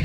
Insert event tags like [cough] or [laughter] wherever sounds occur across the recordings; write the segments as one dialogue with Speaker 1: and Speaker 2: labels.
Speaker 1: 听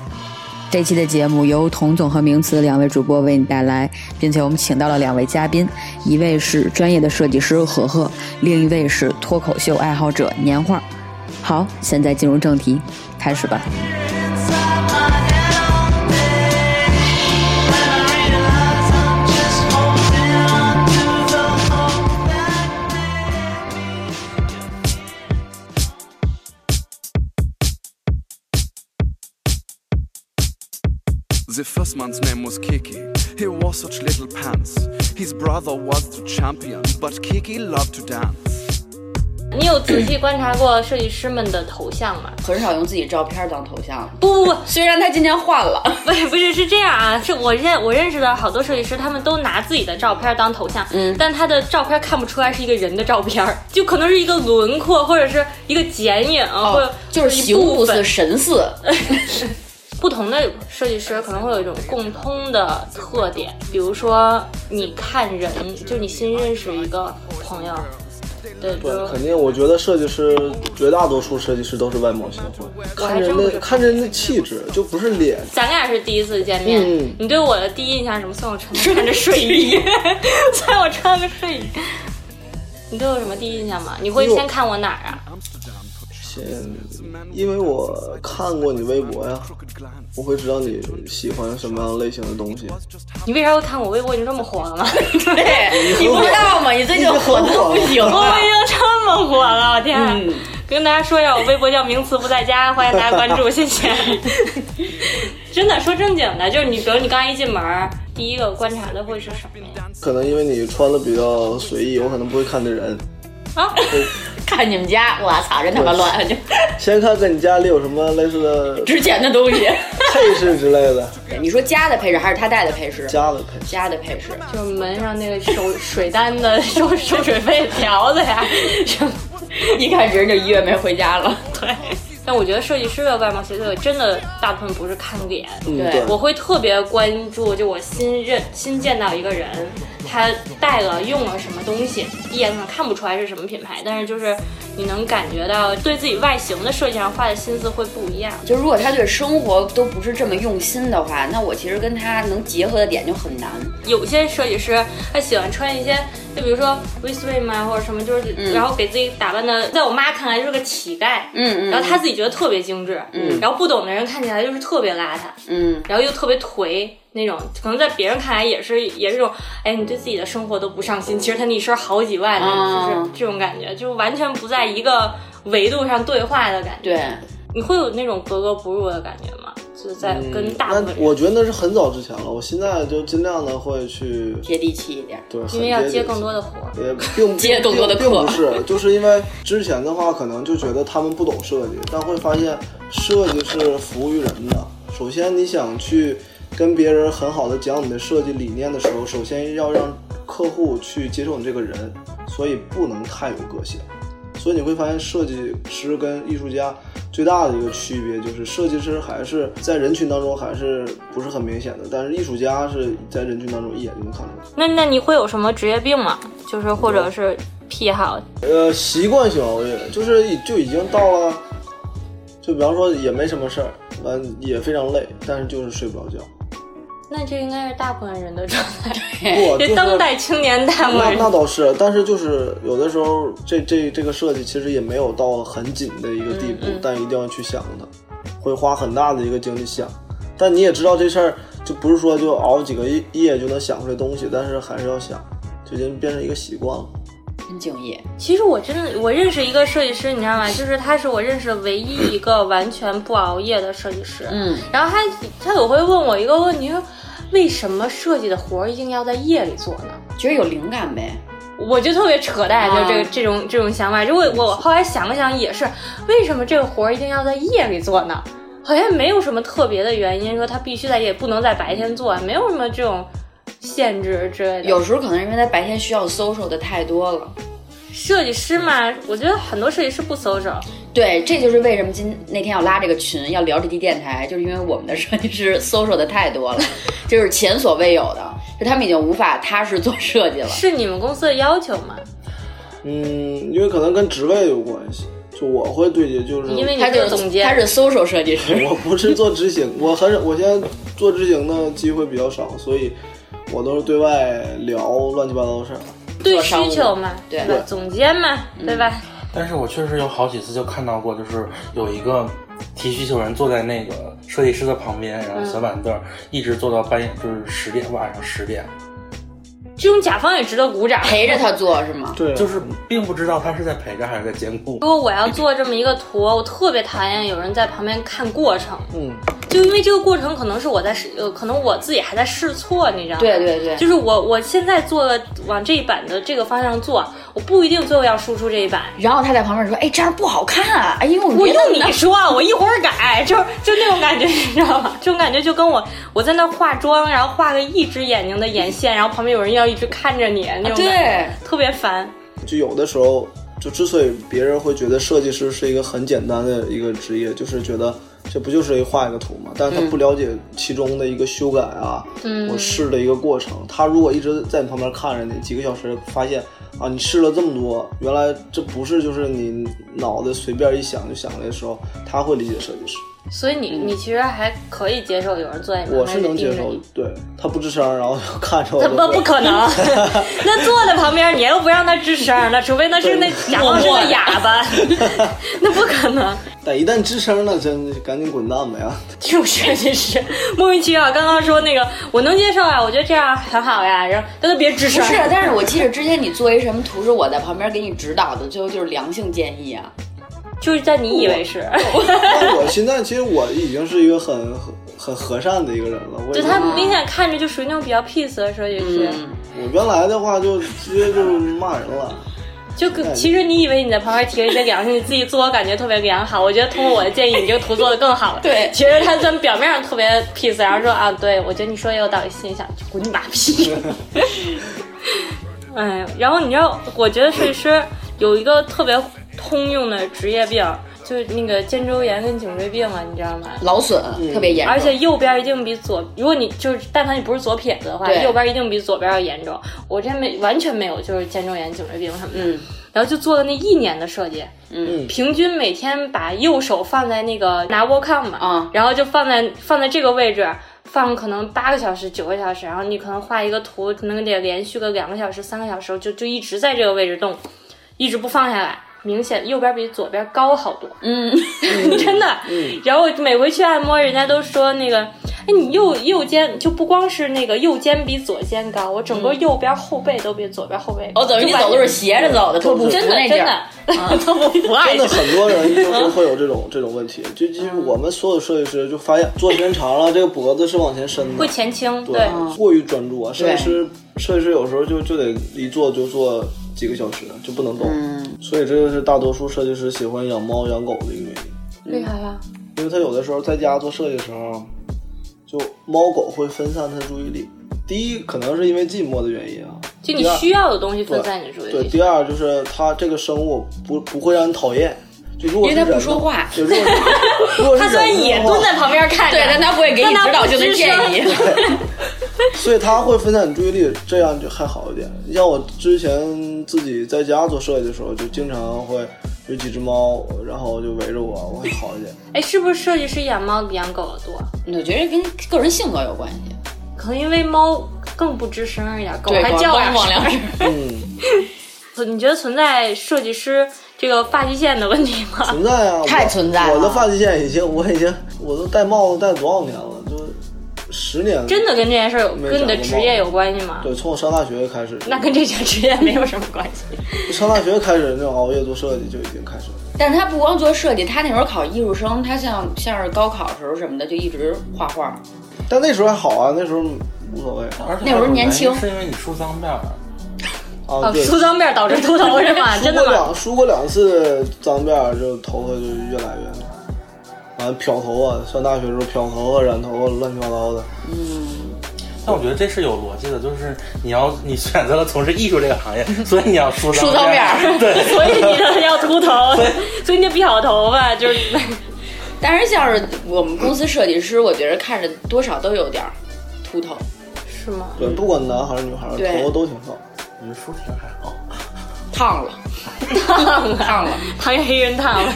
Speaker 2: 这期的节目由童总和名词两位主播为你带来，并且我们请到了两位嘉宾，一位是专业的设计师何何，另一位是脱口秀爱好者年画。好，现在进入正题，开始吧。
Speaker 3: The first man's name was Kiki. He wore such little pants. His brother was the champion, but Kiki loved to dance.
Speaker 4: 你有仔细观察过设计师们的头像
Speaker 5: [clears throat]
Speaker 4: 吗？
Speaker 5: 很少用自己照片当头像。
Speaker 4: 不不不，
Speaker 5: 虽然他今年换了，
Speaker 4: 不是不是是这样啊，是我认我认识的好多设计师，他们都拿自己的照片当头像，嗯，但他的照片看不出来是一个人的照片儿，就可能是一个轮廓或者是一个剪影，啊，或者
Speaker 5: 哦就是
Speaker 4: 一
Speaker 5: 形
Speaker 4: 部
Speaker 5: 不似
Speaker 4: 分。
Speaker 5: 神似。
Speaker 4: 不同的设计师可能会有一种共通的特点，比如说你看人，就你新认识一个朋友，对，就
Speaker 6: 对，
Speaker 4: 是
Speaker 6: 肯定，我觉得设计师绝大多数设计师都是外貌协会，看人的看人的气质，就不是脸。
Speaker 4: 咱俩是第一次见面，
Speaker 6: 嗯
Speaker 4: 你对我的第一印象是什么？算我穿的穿着睡衣，算我穿了个睡衣。你对我有什么第一印象吗？你会先看我哪儿啊？
Speaker 6: 先，因为我看过你微博呀，我会知道你喜欢什么样类型的东西。
Speaker 4: 你为啥会看我微博？你这么火了吗？ [laughs]
Speaker 5: 对，你不知道吗？你最近火的不行
Speaker 4: 我
Speaker 5: 了
Speaker 4: 已。经这么火了，我天！啊跟大家说一下，我微博叫名词不在家，欢迎大家关注，谢谢。 [laughs] 真的，说正经的，就是你，比如你刚一进门儿，第一个观察的会是什么呀？
Speaker 6: 可能因为你穿的比较随意，我可能不会看这人，
Speaker 4: 啊，
Speaker 5: 看你们家，我操，真他妈乱！就
Speaker 6: 先看看你家里有什么类似的
Speaker 5: 值钱的东 [laughs] 西。
Speaker 6: 配饰之类
Speaker 4: [laughs]
Speaker 6: 的，
Speaker 5: 你说家的配饰还是他带的配饰？
Speaker 6: 家的配饰。
Speaker 5: 家的配饰，
Speaker 4: 就是门上那个收水单的收收水费条子呀，什么
Speaker 5: 一看人就一月没回家了。
Speaker 4: 对。但我觉得设计师的外貌协会真的大部分不是看脸，
Speaker 6: 嗯，
Speaker 5: 对
Speaker 6: 对，
Speaker 4: 我会特别关注，就我新认新见到一个人，他带了用了什么东西，一眼可能看不出来是什么品牌，但是就是你能感觉到对自己外形的设计上花的心思会不一样。
Speaker 5: 就如果他对生活都不是这么用心的话，那我其实跟他能结合的点就很难。
Speaker 4: 有些设计师他喜欢穿一些，就比如说 v s w i m 啊或者什么，就是、
Speaker 5: 嗯
Speaker 4: 然后给自己打扮的，在我妈看来就是个乞丐，
Speaker 5: 嗯嗯
Speaker 4: 然后他自己觉得特别精致，嗯，然后不懂的人看起来就是特别邋遢，
Speaker 5: 嗯，
Speaker 4: 然后又特别颓那种，可能在别人看来也是也是这种，哎，你对自己的生活都不上心，其实他那一身好几万呢，
Speaker 5: 啊
Speaker 4: 就是这种感觉，就完全不在一个维度上对话的感觉。
Speaker 5: 对，
Speaker 4: 你会有那种格格不入的感觉吗？就是在跟大部
Speaker 6: 嗯那
Speaker 4: 分人，
Speaker 6: 我觉得那是很早之前了，我现在就尽量的会去，
Speaker 5: 接地气一点。
Speaker 6: 对，很
Speaker 4: 因为要
Speaker 6: 接
Speaker 4: 接
Speaker 6: 地
Speaker 4: 更
Speaker 6: 气
Speaker 4: 多的活儿。
Speaker 6: 也呃
Speaker 5: [laughs]
Speaker 6: 并
Speaker 5: 接更多的
Speaker 6: 并
Speaker 5: 课
Speaker 6: 并不是，就是因为之前的话，可能就觉得他们不懂设计，但会发现设计是服务于人的。首先，你想去跟别人很好的讲你的设计理念的时候，首先要让客户去接受你这个人，所以不能太有个性。所以你会发现，设计师跟艺术家最大的一个区别就是，设计师还是在人群当中还是不是很明显的，但是艺术家是在人群当中一眼就能看出来。
Speaker 4: 那那你会有什么职业病吗？就是或者是癖好？
Speaker 6: 呃，习惯性熬夜，就是已就已经到了，就比方说也没什么事儿，完也非常累，但是就是睡不着觉。
Speaker 4: 那这应该是大部分人的状态， [laughs]
Speaker 6: 不，就
Speaker 4: 这
Speaker 6: 是
Speaker 4: 当代青年大部
Speaker 6: 那
Speaker 4: 分人
Speaker 6: 那倒是，但是就是有的时候这这这个设计其实也没有到很紧的一个地步，
Speaker 4: 嗯
Speaker 6: 但一定要去想它，会花很大的一个精力想。但你也知道这事儿就不是说就熬几个夜夜就能想出来东西，但是还是要想，就已经变成一个习惯了。
Speaker 5: 真敬业。
Speaker 4: 其实我真的，我认识一个设计师，你知道吗？就是他是我认识的唯一一个完全不熬夜的设计师。
Speaker 5: 嗯，
Speaker 4: 然后他他有回问我一个问题，说：“为什么设计的活儿一定要在夜里做呢？
Speaker 5: 觉得有灵感呗。
Speaker 4: 我就特别扯淡，就这个、
Speaker 5: 啊
Speaker 4: 这种这种想法。如果我后来想了想，也是为什么这个活儿一定要在夜里做呢？好像没有什么特别的原因，说它必须在夜，不能在白天做，没有什么这种限制之类的。
Speaker 5: 有时候可能因为他白天需要 social 的太多了。
Speaker 4: 设计师嘛，我觉得很多设计师不 social，
Speaker 5: 对，这就是为什么今那天要拉这个群，要聊这期电台，就是因为我们的设计师 [laughs] social 的太多了，就是前所未有的，就他们已经无法踏实做设计了。
Speaker 4: 是你们公司的要求吗？
Speaker 6: 嗯，因为可能跟职位有关系，就我会对接，就是
Speaker 4: 因为你
Speaker 5: 嗯他就是
Speaker 4: 总监，
Speaker 5: 他是 social 设计师，
Speaker 6: [laughs] 我不是做执行，我很我现在做执行的机会比较少，所以我都是对外聊乱七八糟的事儿。
Speaker 4: 对
Speaker 5: 做商务
Speaker 4: 需求嘛，
Speaker 5: 对嗯
Speaker 4: 吧？总监嘛，对吧？
Speaker 7: 但是我确实有好几次就看到过，就是有一个提需求人坐在那个设计师的旁边，然后
Speaker 5: 嗯
Speaker 7: 小板凳儿一直坐到半夜，就是十点晚上十点，
Speaker 4: 这种甲方也值得鼓掌。
Speaker 5: 陪着他做是吗？
Speaker 6: 对
Speaker 7: 就是并不知道他是在陪着还是在兼顾
Speaker 5: 哦
Speaker 4: 如。果我要做这么一个图，我特别讨厌有人在旁边看过程，
Speaker 6: 嗯，
Speaker 4: 就因为这个过程可能是我在试，呃，可能我自己还在试错，你知道吗？
Speaker 5: 对对对
Speaker 4: 就是我我现在做了往这一版的这个方向做，我不一定最后要输出这一版。
Speaker 5: 然后他在旁边说：“哎，这样不好看啊！哎呦，
Speaker 4: 我
Speaker 5: 我
Speaker 4: 用你说，我一会儿改，就是就那种感觉， [laughs] 你知道吗？这种感觉就跟我我在那儿化妆，然后画个一只眼睛的眼线，然后旁边有人要一直看着你，那种感觉
Speaker 5: 啊对
Speaker 4: 特别烦。
Speaker 6: 就有的时候，就之所以别人会觉得设计师是一个很简单的一个职业，就是觉得这不就是一画一个图嘛？但是他不了解其中的一个修改啊，
Speaker 4: 嗯
Speaker 6: 我试的一个过程。他如果一直在你旁边看着你，几个小时发现啊，你试了这么多，原来这不是就是你脑子随便一想就想的时候，他会理解设计师。
Speaker 4: 所以你、你其实还可以接受有人坐在你旁
Speaker 6: 我
Speaker 4: 边
Speaker 6: 是能
Speaker 4: 盯
Speaker 6: 接
Speaker 4: 着
Speaker 6: 受
Speaker 4: 你。，
Speaker 6: 对他不吱声，然后就看着我
Speaker 4: 怎
Speaker 6: 就会。
Speaker 4: 么不可能？ [laughs] 那坐在旁边，你又不让他吱声儿，那除非那是那甲方是个哑巴， [laughs] 那不可能。
Speaker 6: 但一旦吱声了，真的赶紧滚蛋呗啊！
Speaker 4: 这种设计师莫名其妙，刚刚说那个我能接受啊，我觉得这样很好呀，然后但他别吱
Speaker 5: 不
Speaker 4: 声儿。
Speaker 5: 是，但是我记得之前你做一什么图是我在旁边给你指导的，最后就是良性建议啊。
Speaker 4: 就是在你以为是，
Speaker 6: 但我现在其实我已经是一个很很很和善的一个人了。我嗯已
Speaker 4: 就
Speaker 6: 经
Speaker 4: 他明显看着就属于那种比较 peace 的设计师，
Speaker 6: 我原来的话就直接就骂人了。
Speaker 4: 就跟其实你以为你在旁边提了一些良心，你自己自我感觉特别良好。我觉得通过我的建议，你这个图做的更好了。
Speaker 5: 对
Speaker 4: 其实他虽然表面上特别 peace，然后说啊，对我觉得你说的也有道理，心里想滚你妈
Speaker 6: [laughs]
Speaker 4: 屁。哎，然后你知道，我觉得设计师有一个特别通用的职业病，就是那个肩周炎跟颈椎病啊，你知道吗？
Speaker 5: 劳损
Speaker 4: 嗯
Speaker 5: 特别严重，
Speaker 4: 而且右边一定比左，如果你就是但凡你不是左撇子的话，
Speaker 5: 对
Speaker 4: 右边一定比左边要严重。我这没完全没有，就是肩周炎、颈椎病什么的。
Speaker 5: 嗯
Speaker 4: 然后就做了那一年的设计，
Speaker 5: 嗯
Speaker 4: 平均每天把右手放在那个拿 Wacom 嘛，
Speaker 5: 嗯
Speaker 4: 然后就放在放在这个位置。放可能八个小时、九个小时，然后你可能画一个图，可能得连续个两个小时、三个小时，就就一直在这个位置动，一直不放下来，明显右边比左边高好多。
Speaker 5: 嗯，
Speaker 4: [laughs] 真的。
Speaker 6: 嗯
Speaker 4: 然后每回去按摩，人家都说那个，哎，你右右肩就不光是那个右肩比左肩高，我整个
Speaker 6: 嗯
Speaker 4: 右边后背都比左边后背高。
Speaker 6: 哦
Speaker 5: 我等于你
Speaker 4: 就完
Speaker 5: 走路是斜着走的，特不服
Speaker 4: 真
Speaker 5: 那
Speaker 4: 的
Speaker 5: 劲
Speaker 4: 真
Speaker 5: 儿。
Speaker 4: 的，特不不爱
Speaker 6: 真的很多人
Speaker 4: 哎
Speaker 6: 就是会有这种这种问题，就就是我们所有设计师就发现做时间长了，这个脖子是往前伸
Speaker 4: [laughs]
Speaker 6: 的
Speaker 4: 会，前倾，
Speaker 6: 对
Speaker 4: 对，，
Speaker 6: 过于专注啊。设
Speaker 5: 对
Speaker 6: 计师设计师有时候就就得一坐就坐几个小时，就不能动。
Speaker 4: 嗯
Speaker 6: 所以这就是大多数设计师喜欢养猫养狗的一个原因。
Speaker 4: 为啥呀？
Speaker 6: 因为他有的时候在家做设计的时候，就猫狗会分散他的注意力。第一，可能是因为寂寞的原因啊。
Speaker 4: 就你
Speaker 6: 第二
Speaker 4: 需要的东西分
Speaker 6: 对
Speaker 4: 散你的注意
Speaker 6: 对，
Speaker 4: 力。
Speaker 6: 第二就是它这个生物不不会让你讨厌，就如果是
Speaker 5: 因为它不
Speaker 6: 人的
Speaker 5: 说话
Speaker 6: 对，如果是如果是
Speaker 4: 他虽然也
Speaker 6: 人的话
Speaker 4: 蹲在旁边看着，
Speaker 5: 对，但他不会给你指导性的建议。
Speaker 6: 所以它会分散你注意力，这样就还好一点。你像我之前自己在家做设计的时候，就经常会有几只猫，然后就围着我，我会好一点。
Speaker 4: [laughs] 哎，是不是设计师养猫比养狗的多？
Speaker 5: 我觉得跟个人性格有关系。
Speaker 4: 可能因为猫更不吱声一点，狗
Speaker 5: 对，
Speaker 4: 还叫
Speaker 5: 汪
Speaker 4: 两
Speaker 5: 汪
Speaker 4: 声。
Speaker 5: 两声。
Speaker 4: [laughs]
Speaker 6: 嗯，
Speaker 4: 你觉得存在设计师这个发际线的问题吗？
Speaker 6: 存在啊，
Speaker 5: 太
Speaker 6: 我
Speaker 5: 存在了
Speaker 6: 我的发际线已经，我已经，我都戴帽子戴多少年了，就十年了。
Speaker 4: 真的跟这件事儿有
Speaker 6: 没
Speaker 4: 跟你的
Speaker 6: 长过
Speaker 4: 职
Speaker 6: 毛
Speaker 4: 业有关系吗？
Speaker 6: 对，从我上大学开始，
Speaker 4: 那跟这件职业没有什么关 [laughs] 系。
Speaker 6: 上大学开始那种熬夜做设计就已经开始了。
Speaker 5: 但是他不光做设计，他那时候考艺术生，他像像是高考时候什么的，就一直画画。
Speaker 6: 但那时候还好啊，那时候无所谓
Speaker 7: 而且
Speaker 5: 那会儿
Speaker 7: 还有
Speaker 5: 年轻
Speaker 7: 原因是因为你梳脏辫儿，
Speaker 6: 啊。对，
Speaker 4: 梳脏辫导致秃头是 [laughs] 吗？啊真
Speaker 6: 梳
Speaker 4: 的吗？
Speaker 6: 过两梳过两次脏辫儿，就头发就越来越浓。完漂头发，上大学的时候漂头发、染头发，乱七八糟的。
Speaker 7: 但我觉得这是有逻辑的，就是你要你选择了从事艺术这个行业，所以你要梳
Speaker 5: 嗯梳
Speaker 7: 脏
Speaker 5: 脏辫
Speaker 7: 儿，
Speaker 5: 儿
Speaker 7: [laughs] 对，
Speaker 4: 所以你的要秃头， [laughs] 所以你得漂头发，就是 [laughs]
Speaker 5: 但是像是我们公司设计师，我觉得看着多少都有点儿秃头。
Speaker 4: 是吗？
Speaker 6: 对，不管男孩儿女孩儿，
Speaker 5: 对
Speaker 6: 头发都挺烫。
Speaker 7: 你们梳挺还好。
Speaker 5: 烫 [laughs] 了，烫了，烫 [laughs] 了。
Speaker 4: 烫一黑人烫了，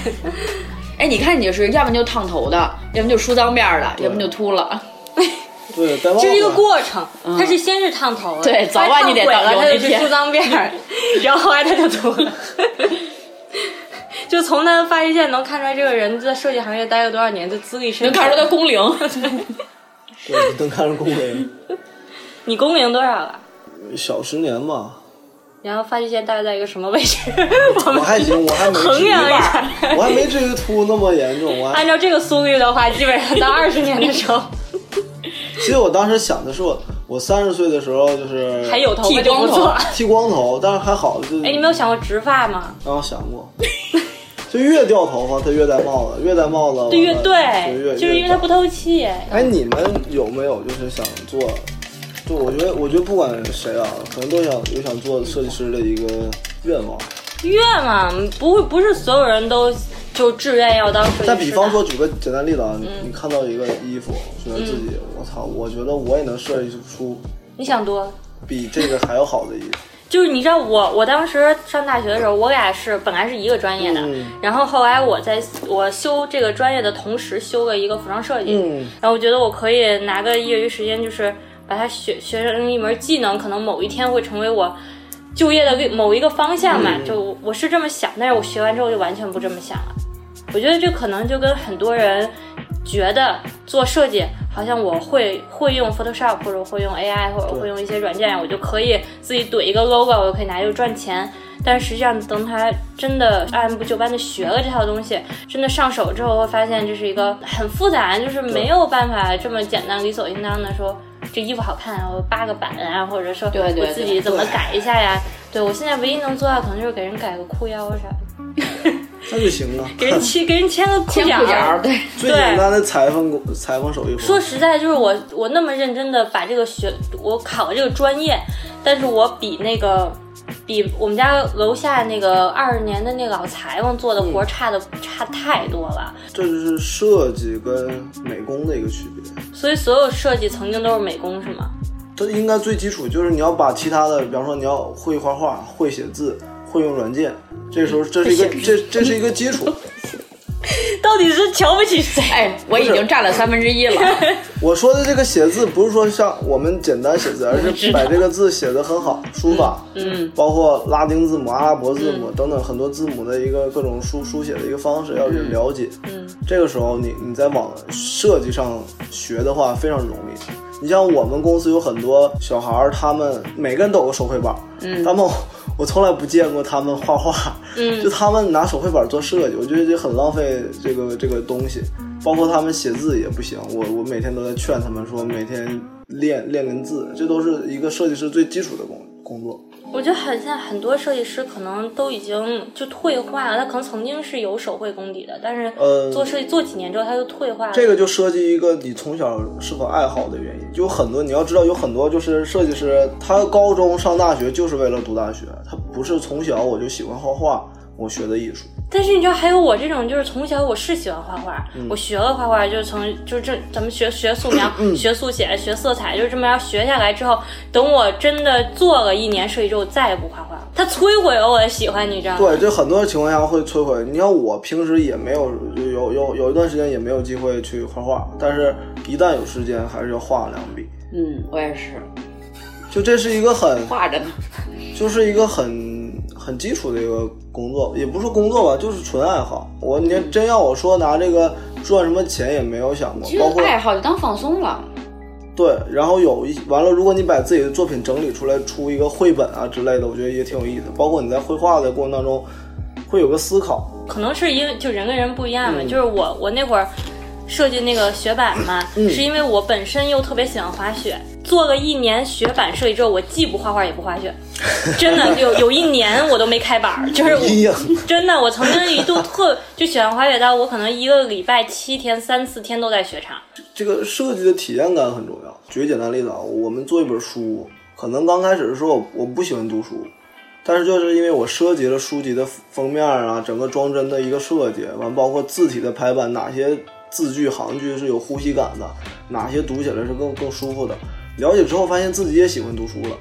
Speaker 5: 哎，你看你就是，要么就烫头的，要么就梳脏辫儿的，要么就秃了。
Speaker 6: 对，在外
Speaker 4: [laughs] 这是一个
Speaker 6: 面
Speaker 4: 过程，他是先是烫 [laughs] 头，
Speaker 5: 对早晚你得
Speaker 4: 烫
Speaker 5: 等到
Speaker 4: 他
Speaker 5: 那
Speaker 4: 就去
Speaker 5: 天
Speaker 4: 梳脏辫儿， [laughs] 然后后来他就秃了。就从他发际线能看出来这个人在设计行业待了多少年，就资历深
Speaker 5: 能
Speaker 4: 厚。
Speaker 5: 看出他工龄，
Speaker 6: 对，能看着工人，
Speaker 4: [laughs] 你工龄多少了？
Speaker 6: 小十年吧。
Speaker 4: 然后发际线大概在一个什么位置？ [laughs] 我
Speaker 6: 我
Speaker 4: 们
Speaker 6: 还行，我还没
Speaker 4: 衡
Speaker 6: 至于
Speaker 4: 量一下。哎
Speaker 6: 我还没至于秃那么严重。我还
Speaker 4: 按照这个速率的话，基本上到二十年的时候
Speaker 6: 其实我当时想的是我，我三十岁的时候就是
Speaker 4: 还有头发就不
Speaker 5: 剃
Speaker 4: 错
Speaker 5: 光。
Speaker 6: 剃光头，但是还好，就
Speaker 4: 哎，你没有想过植发吗？
Speaker 6: 让我想过， [laughs] 就越掉头发它越戴帽子，越戴帽子
Speaker 4: 对，越
Speaker 6: 完了就越
Speaker 4: 对，就是因为他不透气。
Speaker 6: 哎，你们有没有就是想做？就我觉得，我觉得不管谁啊，可能都想有想做设计师的一个愿望。
Speaker 4: 愿望不会，不是所有人都就志愿要当设计师的。嗯
Speaker 6: 但比方说，举个简单例子啊，你你看到一个衣服，觉得自己我操，我觉得我也能设计出
Speaker 4: 你想多了。
Speaker 6: 比这个还要好的衣
Speaker 4: [laughs]
Speaker 6: 服。
Speaker 4: 就是你知道我，我当时上大学的时候，我俩是本来是一个专业的，
Speaker 6: 嗯
Speaker 4: 然后后来我在我修这个专业的同时修了一个服装设计，
Speaker 6: 嗯
Speaker 4: 然后我觉得我可以拿个业余时间，就是把它学学成一门技能，可能某一天会成为我就业的某一个方向吧。就我是这么想，但是我学完之后就完全不这么想了。我觉得这可能就跟很多人觉得做设计，好像我会会用 Photoshop 或者会用 AI 或者会用一些软件，我就可以自己怼一个 logo，我就可以拿这个赚钱。但实际上，等他真的按部就班的学了这套东西，真的上手之后，会发现这是一个很复杂，就是没有办法这么简单理所应当的说这衣服好看，我扒个版啊，或者说
Speaker 5: 对对对
Speaker 4: 我自己怎么改一下呀。对我现在唯一能做到，可能就是给人改个裤腰啥的，
Speaker 6: 那就行啊，
Speaker 4: [laughs] 给人签给人签个裤
Speaker 5: 牵
Speaker 4: 脚
Speaker 5: 裤脚儿，对，
Speaker 6: 最简单的裁缝工裁缝手艺活。
Speaker 4: 说实在，就是我我那么认真的把这个学，我考了这个专业，但是我比那个比我们家楼下那个二十年的那老裁缝做的活差的、差太多了。
Speaker 6: 这就是设计跟美工的一个区别。
Speaker 4: 所以所有设计曾经都是美工是吗？
Speaker 6: 它应该最基础就是你要把其他的，比方说你要会画画、会写字、会用软件，这时候
Speaker 4: 嗯
Speaker 6: 这是一个这这是一个基础。
Speaker 4: [laughs] 到底是瞧不起谁？
Speaker 5: 哎，我已经占了三分之一了。
Speaker 6: 我说的这个写字，不是说像我们简单写字，而是把这个字写得很好，书法，嗯，包括拉丁字母、阿拉伯字母等等很多字母的一个各种书书写的一个方式要有了解。嗯，这个时候你你在往设计上学的话非常容易。你像我们公司有很多小孩儿，他们每个人都有个手绘板，嗯，他们我我从来不见过他们画画，嗯， [laughs] 就他们拿手绘板做设计，我觉得这很浪费这个这个东西。包括他们写字也不行，我我每天都在劝他们说，每天练练练字，这都是一个设计师最基础的工工作。
Speaker 4: 我觉得很像很多设计师可能都已经就退化了，他可能曾经是有手绘功底的，但是
Speaker 6: 呃
Speaker 4: 做设计做几年之后他就退化了。
Speaker 6: 这个就涉及一个你从小是否爱好的原因，就有很多你要知道，有很多就是设计师，他高中上大学就是为了读大学，他不是从小我就喜欢画画，我学的艺术。
Speaker 4: 但是你知道，还有我这种，就是从小我是喜欢画画，我学了画画，就是从就是这咱们学学素描、学速写、学色彩，就是这么样学下来之后，等我真的做了一年设计之后，再也不画画了。它摧毁了我的喜欢，
Speaker 5: 啊
Speaker 4: 你知道吗？
Speaker 6: 对，这很多情况下会摧毁。你像我平时也没有有有有有一段时间也没有机会去画画，但是一旦有时间还是要画两笔。
Speaker 5: 嗯，我也是
Speaker 6: 就这是一个很
Speaker 5: 画着呢。
Speaker 6: 就是一个很很基础的一个工作，也不是工作吧，就是纯爱好。我你
Speaker 5: 嗯
Speaker 6: 真要我说拿这个赚什么钱也没有想过
Speaker 5: 其，实
Speaker 6: 包括
Speaker 5: 爱好就当放松了，
Speaker 6: 对，然后有一完了，如果你把自己的作品整理出来，出一个绘本啊之类的，我觉得也挺有意思。包括你在绘画的过程当中，会有个思考，
Speaker 4: 可能是因为就人跟人不一样嘛，就是我我那会儿。设计那个雪板嘛，是因为我本身又特别喜欢滑雪，做了一年雪板设计之后，我既不画画也不滑雪，真的有有一年我都没开板儿，就是
Speaker 6: 阴影
Speaker 4: 我真的我曾经一度特就喜欢滑雪到我可能一个礼拜七天三四天都在雪场，
Speaker 6: 这个设计的体验感很重要。举个简单例子啊，我们做一本书，可能刚开始的时候我不喜欢读书，但是就是因为我涉及了书籍的封面啊，整个装帧的一个设计，完包括字体的排版，哪些字句行距是有呼吸感的，哪些读起来是更更舒服的。了解之后，发现自己也喜欢读书了。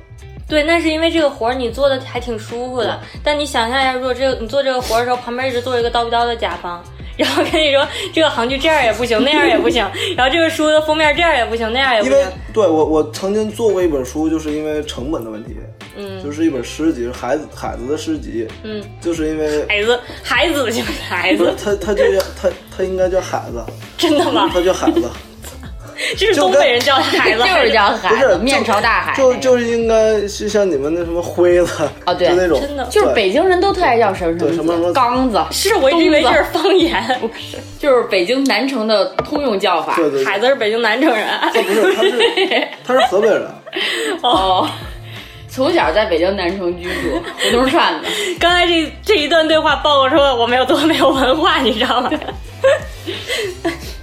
Speaker 4: 对，那是因为这个活儿你做的还挺舒服的。但你想象一下，如果这个你做这个活儿的时候，旁边一直坐着一个叨逼叨的甲方， [laughs] 然后跟你说这个行距这样也不行，那样也不行， [laughs] 然后这个书的封面这样也不行，那哎样也不
Speaker 6: 因为
Speaker 4: 行。
Speaker 6: 对我我曾经做过一本书，就是因为成本的问题，嗯，就是一本诗集，孩子孩子的诗集，
Speaker 4: 嗯，
Speaker 6: 就是因为
Speaker 4: 孩子，孩子就是孩
Speaker 6: 不是
Speaker 4: 子，
Speaker 6: 他他就叫他他应该叫海
Speaker 5: 啊
Speaker 6: 子，
Speaker 4: 真的
Speaker 6: [laughs]
Speaker 4: 吗？
Speaker 6: 他叫海子，
Speaker 4: 这是东北人叫的孩子，
Speaker 5: 就是叫海
Speaker 6: 不
Speaker 5: 子
Speaker 6: 是
Speaker 5: 面朝大海那
Speaker 6: 就
Speaker 5: 个，
Speaker 6: 就是应该是像你们那什么辉子
Speaker 5: 啊对
Speaker 6: 就那种
Speaker 4: 真的
Speaker 5: 就是
Speaker 6: 对
Speaker 5: 北京人都特爱叫什么
Speaker 6: 对
Speaker 5: 什
Speaker 6: 什么什
Speaker 5: 么
Speaker 6: 么
Speaker 5: 刚子，
Speaker 4: 是我一直以为这是
Speaker 5: 东
Speaker 4: 方言，
Speaker 5: 子，就是北京南城的通用叫法。
Speaker 6: [laughs] 对对，
Speaker 4: 孩子是北京南城人。
Speaker 6: 他不是他是
Speaker 5: [laughs]
Speaker 6: 他是河北人，
Speaker 5: 哦，从小在北京南城居住，胡
Speaker 6: [laughs]
Speaker 5: 同串子。
Speaker 4: 刚才这这一段对话暴露出了我们有多没有文化，你知道吗？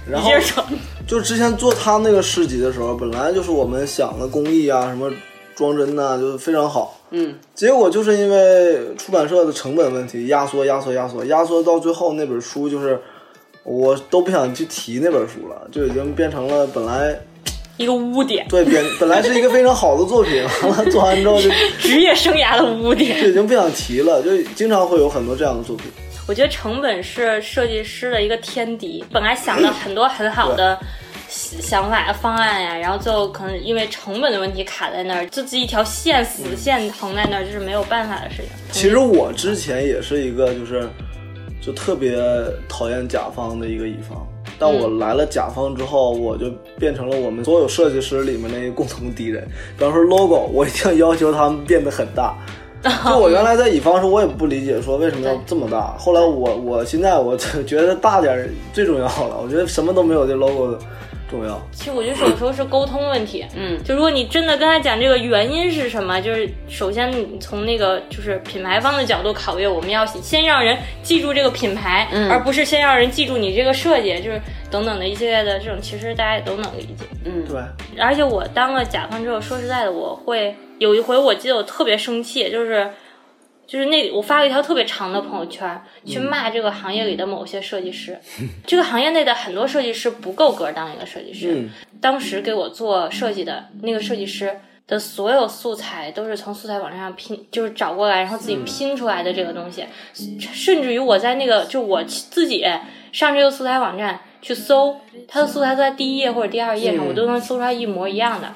Speaker 6: 然
Speaker 4: 接
Speaker 6: 后
Speaker 4: 着说，
Speaker 6: 就之前做他那个诗集的时候，本来就是我们想的工艺啊，什么装帧呐、就是非常好，
Speaker 5: 嗯，
Speaker 6: 结果就是因为出版社的成本问题，压缩、压缩、压缩、压缩到最后那本书就是我都不想去提那本书了，就已经变成了本来
Speaker 4: 一个污点，
Speaker 6: 对本本来是一个非常好的作品， [laughs] 完了做完之后就
Speaker 4: 职业生涯的污点。
Speaker 6: 就已经不想提了，就经常会有很多这样的作品。
Speaker 4: 我觉得成本是设计师的一个天敌。本来想了很多很好的想法、方案呀、然后最后可能因为成本的问题卡在那儿，就这一条线死
Speaker 6: 嗯
Speaker 4: 线横在那儿，就是没有办法的事情。
Speaker 6: 其实我之前也是一个就是就特别讨厌甲方的一个乙方，但我来了甲方之后，我就变成了我们所有设计师里面的一个共同敌人。比方说 logo，我一定要要求他们变得很大。就我原来在乙方的时候，我也不理解说为什么要这么大。后来我我现在我觉得大点儿最重要了，我觉得什么都没有这 logo 重要。
Speaker 4: 其实我觉得有时候是沟通问题。
Speaker 5: 嗯
Speaker 4: 就如果你真的跟他讲这个原因是什么，就是首先你从那个就是品牌方的角度考虑，我们要先让人记住这个品牌，
Speaker 5: 嗯
Speaker 4: 而不是先让人记住你这个设计，就是等等的一系列的这种，其实大家也都能理解。
Speaker 5: 嗯，
Speaker 6: 对，
Speaker 4: 而且我当了甲方之后，说实在的，我会有一回我记得我特别生气，就是就是那我发了一条特别长的朋友圈，
Speaker 5: 嗯
Speaker 4: 去骂这个行业里的某些设计师，这个行业内的很多设计师不够格当一个设计师。
Speaker 6: 嗯
Speaker 4: 当时给我做设计的那个设计师。的所有素材都是从素材网站上拼，就是找过来，然后自
Speaker 6: 嗯
Speaker 4: 己拼出来的这个东西。甚至于我在那个，就我自己上这个素材网站去搜，它的素材都在第一页或者第二页上，
Speaker 6: 嗯
Speaker 4: 我都能搜出来一模一样的。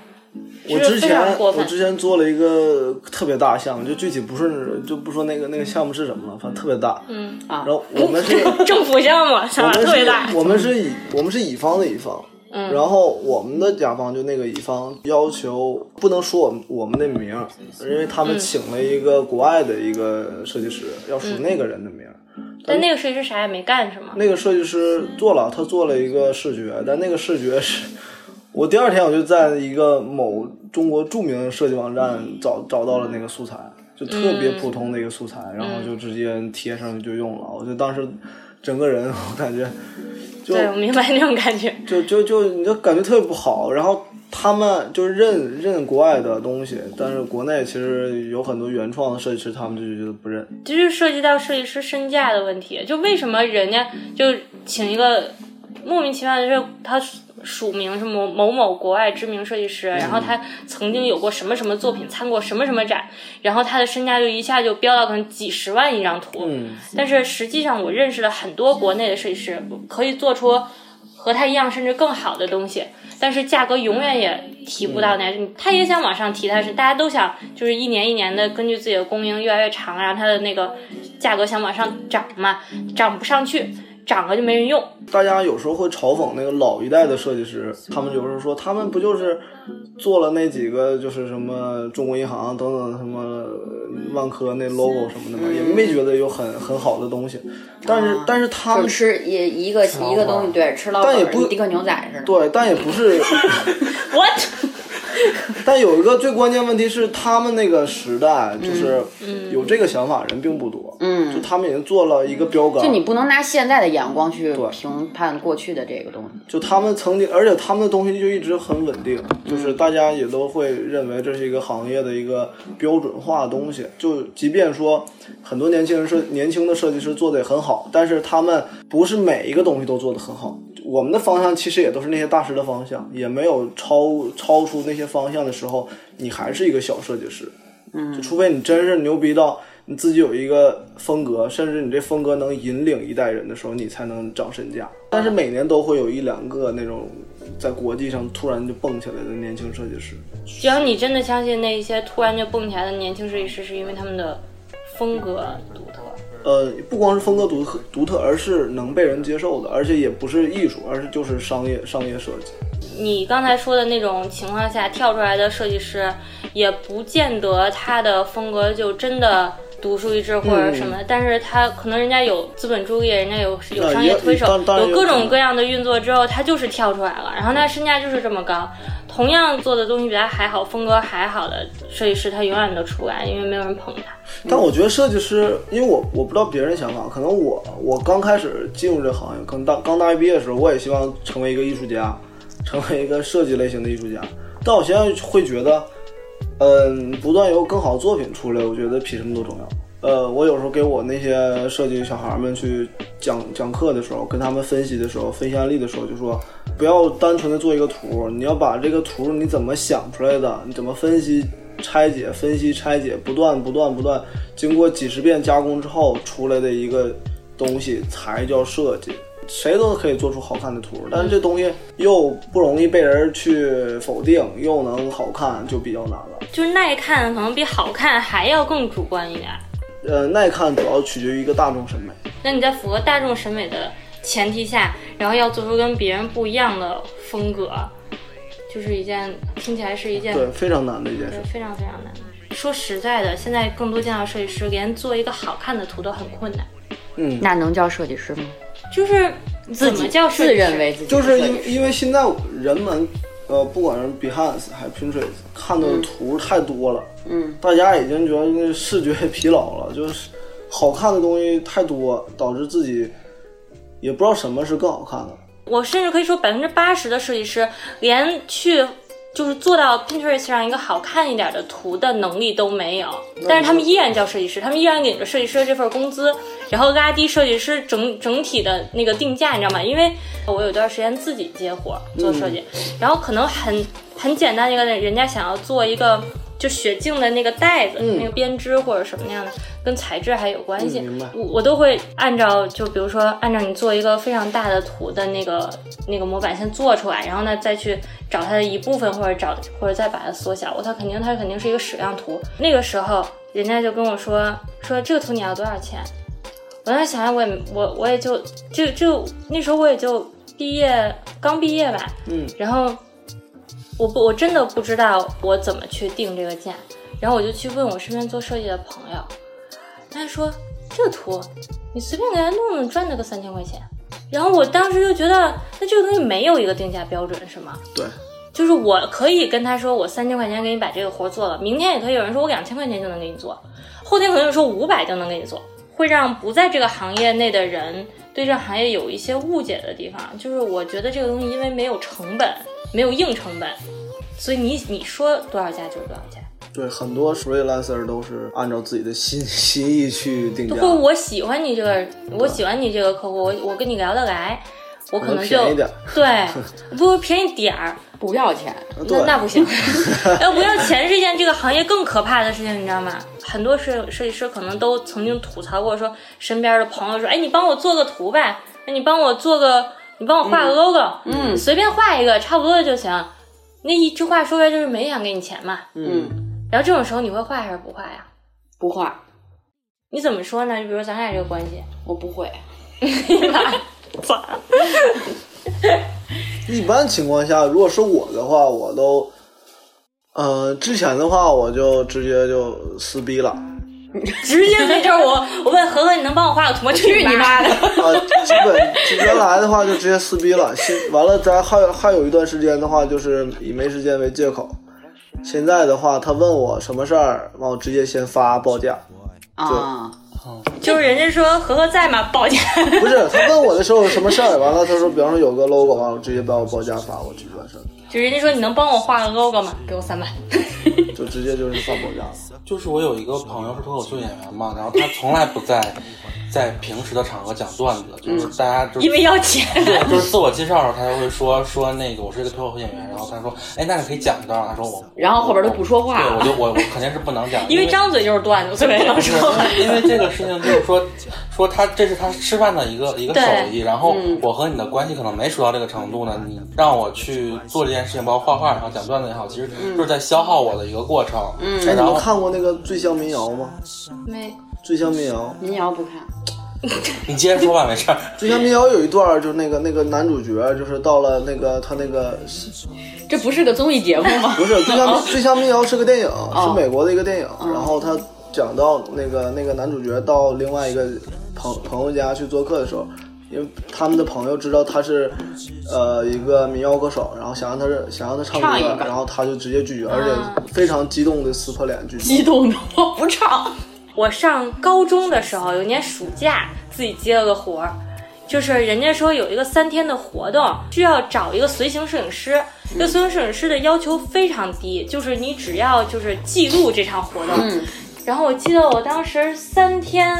Speaker 6: 我
Speaker 4: 就是
Speaker 6: 之
Speaker 4: 非
Speaker 6: 前
Speaker 4: 常过分
Speaker 6: 我之前做了一个特别大的项目，就具体不是就不说那个那个项目是什么了，反正特别大。
Speaker 4: 嗯
Speaker 6: 然后我
Speaker 4: [laughs]
Speaker 6: 们是
Speaker 4: 政府项目
Speaker 6: 我
Speaker 4: 想法
Speaker 6: 们
Speaker 4: 啊特别
Speaker 6: 是
Speaker 4: 大，
Speaker 6: 我们是乙我们是乙方的乙方，
Speaker 4: 嗯
Speaker 6: 然后我们的甲方就那个乙方要求不能说我们我们的名儿，因为
Speaker 4: 嗯
Speaker 6: 他们请了一个国外的一个设计师，要署
Speaker 4: 嗯
Speaker 6: 那个人的名儿。
Speaker 4: 但那个设计师啥也没干，是吗？
Speaker 6: 那个设计师做了，他做了一个视觉，但那个视觉是，我第二天我就在一个某中国著名设计网站找找到了那个素材，就特别普通的一个素材，然后就直接贴上去就用了。我就当时整个人， [laughs] 我感觉就
Speaker 4: 对，我明白那种感觉。
Speaker 6: 就就就你就感觉特别不好。然后他们就认认国外的东西，但是国内其实有很多原创的设计师，他们就觉得不认。
Speaker 4: 这就涉及到设计师身价的问题。就为什么人家就请一个莫名其妙的，就是他署名是某某某国外知名设计师，然后他曾经有过什么什么作品，参过什么什么展，然后他的身价就一下就飙到可能几十万一张图。
Speaker 6: 嗯，
Speaker 4: 但是实际上，我认识了很多国内的设计师，可以做出和他一样甚至更好的东西，但是价格永远也提不到那。他也想往上提，但是大家都想就是一年一年的根据自己的供应越来越长，然后它的那个价格想往上涨嘛，涨不上去。长了就没人用。
Speaker 6: 大家有时候会嘲讽那个老一代的设计师，
Speaker 5: 嗯
Speaker 6: 他们就是说，他们不就是做了那几个就是什么中国银行等等什么呃万科那 logo
Speaker 5: 嗯
Speaker 6: 什么的嘛，也没觉得有很很好的东西，但是但是他
Speaker 5: 就
Speaker 6: 们
Speaker 5: 吃也一个
Speaker 7: 老
Speaker 5: 一个东西，
Speaker 7: 板
Speaker 5: 对，吃老
Speaker 6: 但也
Speaker 5: 本儿
Speaker 6: 不
Speaker 5: 跟迪克牛仔似的。
Speaker 6: 对，但也
Speaker 5: [laughs]
Speaker 6: 不是，
Speaker 4: What？
Speaker 6: [laughs] 但有一个最关键问题是，他们那个时代就是有这个想法人并不多，
Speaker 5: 嗯
Speaker 6: 就他们已经做了一个标杆，
Speaker 5: 就你不能拿现在的眼光去
Speaker 6: 对
Speaker 5: 评判过去的这个东西。
Speaker 6: 就他们曾经，而且他们的东西就一直很稳定，就是大家也都会认为这是一个行业的一个标准化的东西。就即便说很多年轻人是年轻的设计师做的也很好，但是他们不是每一个东西都做的很好。我们的方向其实也都是那些大师的方向，也没有超超出那些方向的时候，你还是一个小设计师。嗯，就除非你真是牛逼到你自己有一个风格，甚至你这风格能引领一代人的时候，你才能涨身价。但是每年都会有一两个那种在国际上突然就蹦起来的年轻设计师，
Speaker 4: 只要你真的相信那一些突然就蹦起来的年轻设计师，是因为他们的风格独特。
Speaker 6: 呃，不光是风格独特独特，而是能被人接受的，而且也不是艺术，而是就是商业商业设计。
Speaker 4: 你刚才说的那种情况下跳出来的设计师，也不见得他的风格就真的独树一帜或者什么，但是他可能人家有资本注意，人家有有
Speaker 6: 啊
Speaker 4: 商
Speaker 6: 也
Speaker 4: 业推手，
Speaker 6: 当当然
Speaker 4: 有
Speaker 6: 有
Speaker 4: 各
Speaker 6: 可
Speaker 4: 种
Speaker 6: 能
Speaker 4: 各样的运作之后，他就是跳出来了，然后他身价就是这么高。同样做的东西比他还好，风格还好的设计师，他永远都出不来，因为没有人捧他。
Speaker 6: 但我觉得设计师，因为我我不知道别人想法，可能我我刚开始进入这行业，可能当刚大学毕业的时候，我也希望成为一个艺术家，成为一个设计类型的艺术家。但我现在会觉得，嗯，不断有更好的作品出来，我觉得比什么都重要。呃，我有时候给我那些设计小孩们去讲讲课的时候，跟他们分析的时候，分析案例的时候，就说不要单纯的做一个图，你要把这个图你怎么想出来的，你怎么分析、拆解、分析、拆解，不断、不断、不断，经过几十遍加工之后出来的一个东西才叫设计。谁都可以做出好看的图，但是这东西又不容易被人去否定，又能好看就比较难了。
Speaker 4: 就是耐看可能比好看还要更主观一点儿。
Speaker 6: 呃，耐看主要取决于一个大众审美。
Speaker 4: 那你在符合大众审美的前提下，然后要做出跟别人不一样的风格，就是一件听起来是一件
Speaker 6: 对，非常难的一件事
Speaker 4: 对。非常非常难。说实在的，现在更多见到设计师连做一个好看的图都很困难，
Speaker 6: 嗯，
Speaker 5: 那能叫设计师吗？
Speaker 4: 就是
Speaker 5: 自
Speaker 4: 怎
Speaker 5: 己
Speaker 4: 么叫设计
Speaker 5: 自
Speaker 4: 师
Speaker 5: 认为自己
Speaker 6: 就
Speaker 5: 设
Speaker 6: 是
Speaker 5: 计
Speaker 6: 因
Speaker 5: 师
Speaker 6: 因为现在人们，呃，不管是 Behance 还是 Pinterest 看的图太多了，
Speaker 5: 嗯，
Speaker 6: 大家已经觉得那视觉疲劳了，就是好看的东西太多，导致自己也不知道什么是更好看的。
Speaker 4: 我甚至可以说百分之八十的设计师连去就是做到 Pinterest 上一个好看一点的图的能力都没有，但是他们依然叫设计师，他们依然领着设计师的这份工资，然后拉低设计师整整体的那个定价，你知道吗？因为我有段时间自己接活做设计，然后可能很很简单的一个人家想要做一个。就雪镜的那个带子、那个编织或者什么样的，跟材质还有关系。
Speaker 6: 嗯明白
Speaker 4: 我我都会按照，就比如说按照你做一个非常大的图的那个那个模板先做出来，然后呢再去找它的一部分，或者找或者再把它缩小。我它肯定它肯定是一个矢量图。那个时候人家就跟我说说这个图你要多少钱？我当时想想我也没我我也就就就那时候我也就毕业刚毕业吧，
Speaker 6: 嗯，
Speaker 4: 然后我不我真的不知道我怎么去定这个价，然后我就去问我身边做设计的朋友，他说这个图你随便给他弄弄赚那个三千块钱，然后我当时就觉得那这个东西没有一个定价标准是吗？
Speaker 6: 对，
Speaker 4: 就是我可以跟他说我三千块钱给你把这个活做了，明天也可以有人说我两千块钱就能给你做，后天可能有人说五百就能给你做，会让不在这个行业内的人对这个行业有一些误解的地方。就是我觉得这个东西因为没有成本，没有硬成本，所以你你说多少价就是多少价。
Speaker 6: 对，很多 freelancer 都是按照自己的心心意去定价
Speaker 4: 或，者我喜欢你这个，我喜欢你这个客户，我我跟你聊得来，我可能就
Speaker 6: 可能便宜点儿
Speaker 4: 对，不便宜点儿，
Speaker 5: 不要钱，
Speaker 6: 对
Speaker 4: 那那不
Speaker 5: [laughs]
Speaker 4: 行，要不要钱是一件这个行业更可怕的事情，你知道吗？很多设设计师可能都曾经吐槽过，说身边的朋友说，哎，你帮我做个图吧，哎，你帮我做个，你帮我画个 logo，嗯，随便画一个，差不多的就行。那一句话说白就是没想给你钱嘛。
Speaker 5: 嗯，
Speaker 4: 然后这种时候你会画还是不画呀？
Speaker 5: 不画，
Speaker 4: [laughs] 你怎么说呢？就比如咱俩这个关系，
Speaker 5: 我不会。
Speaker 4: 咋？
Speaker 6: 一般情况下，如果是我的话，我都，呃，之前的话我就直接就撕逼了，
Speaker 4: 直接没招我，我问何何，你能帮我画个图吗？去你妈的！
Speaker 6: 啊，基本原来的话就直接撕逼了。现完了，咱还有还有一段时间的话，就是以没时间为借口。现在的话，他问我什么事儿，完我直接先发报价。
Speaker 5: 啊，
Speaker 4: 就是人家说何何在 [laughs] 吗？报价。
Speaker 6: 不是他问我的时候有什么事儿，完了他说，比方说有个 logo，完了我直接把我报价发过去完事儿，
Speaker 4: 就人家说你能帮我画个 logo 吗？给我三百。
Speaker 6: 就直接就是发报价了。
Speaker 7: 就是我有一个朋友是脱口秀演员嘛，然后他从来不在在平时的场合讲段子，就是
Speaker 5: 嗯
Speaker 7: 大家就
Speaker 4: [laughs]
Speaker 7: 是
Speaker 4: 因为要钱。
Speaker 5: [laughs]
Speaker 7: 对，就是自我介绍的时候，他就会说说那个我是一个脱口秀演员，然后他说，哎，那你可以讲一段吗，他说我，
Speaker 5: 然后后边都不说话
Speaker 7: 对，我就我我肯定是不能
Speaker 5: [laughs]
Speaker 7: 讲，
Speaker 4: 因为张嘴就是段子，所以要
Speaker 7: 不是
Speaker 4: 说。
Speaker 7: 因为因为这个事情就是说， [laughs] 说他这是他吃饭的一个一个手艺，然后
Speaker 5: 嗯
Speaker 7: 我和你的关系可能没熟到这个程度呢，你让我去做这件事情，包括画画也好，讲段子也好，其实
Speaker 5: 嗯
Speaker 7: 就是在消耗我的一个过程。嗯
Speaker 6: 哎，你
Speaker 7: 然
Speaker 6: 们
Speaker 7: 后
Speaker 6: 看过那个《醉乡民谣》吗？
Speaker 4: 没
Speaker 6: 醉乡民谣，
Speaker 5: 民谣不看，
Speaker 7: 你接着说吧，没事儿。
Speaker 6: 醉乡民谣有一段儿，就是那个那个男主角，就是到了那个他那个
Speaker 5: 这不是个综艺节目吗？ [laughs]
Speaker 6: 不是《醉乡民醉乡民谣》是个电影，
Speaker 5: 哦
Speaker 6: 是美国的一个电影。然后他讲到那个那个男主角到另外一个朋朋友家去做客的时候，因为他们的朋友知道他是呃一个民谣歌手，然后想让他是想让他唱
Speaker 5: 唱一
Speaker 6: 歌
Speaker 5: 个，啊
Speaker 6: 然后他就直接拒绝，而且非常激动的撕破脸拒绝。
Speaker 5: 激动的我不唱，
Speaker 4: 我上高中的时候，有一年暑假自己接了个活儿，就是人家说有一个三天的活动，需要找一个随行摄影师。这个随行摄影师的要求非常低，就是你只要就是记录这场活动。然后我记得我当时三天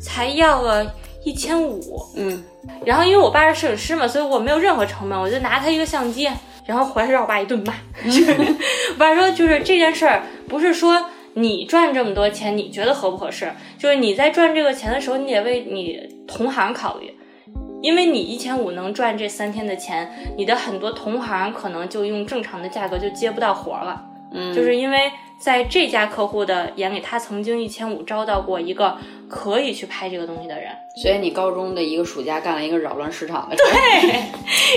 Speaker 4: 才要了一千五，
Speaker 5: 嗯，
Speaker 4: 然后因为我爸是摄影师嘛，所以我没有任何成本，我就拿他一个相机，然后回来让我爸一顿骂。就是我爸说，就是这件事儿不是说你赚这么多钱，你觉得合不合适？就是你在赚这个钱的时候，你得为你同行考虑。因为你一千五能赚这三天的钱，你的很多同行可能就用正常的价格就接不到活儿了。嗯，就是因为在这家客户的眼里，他曾经一千五招到过一个可以去拍这个东西的人，
Speaker 5: 所以你高中的一个暑假干了一个扰乱市场的事儿，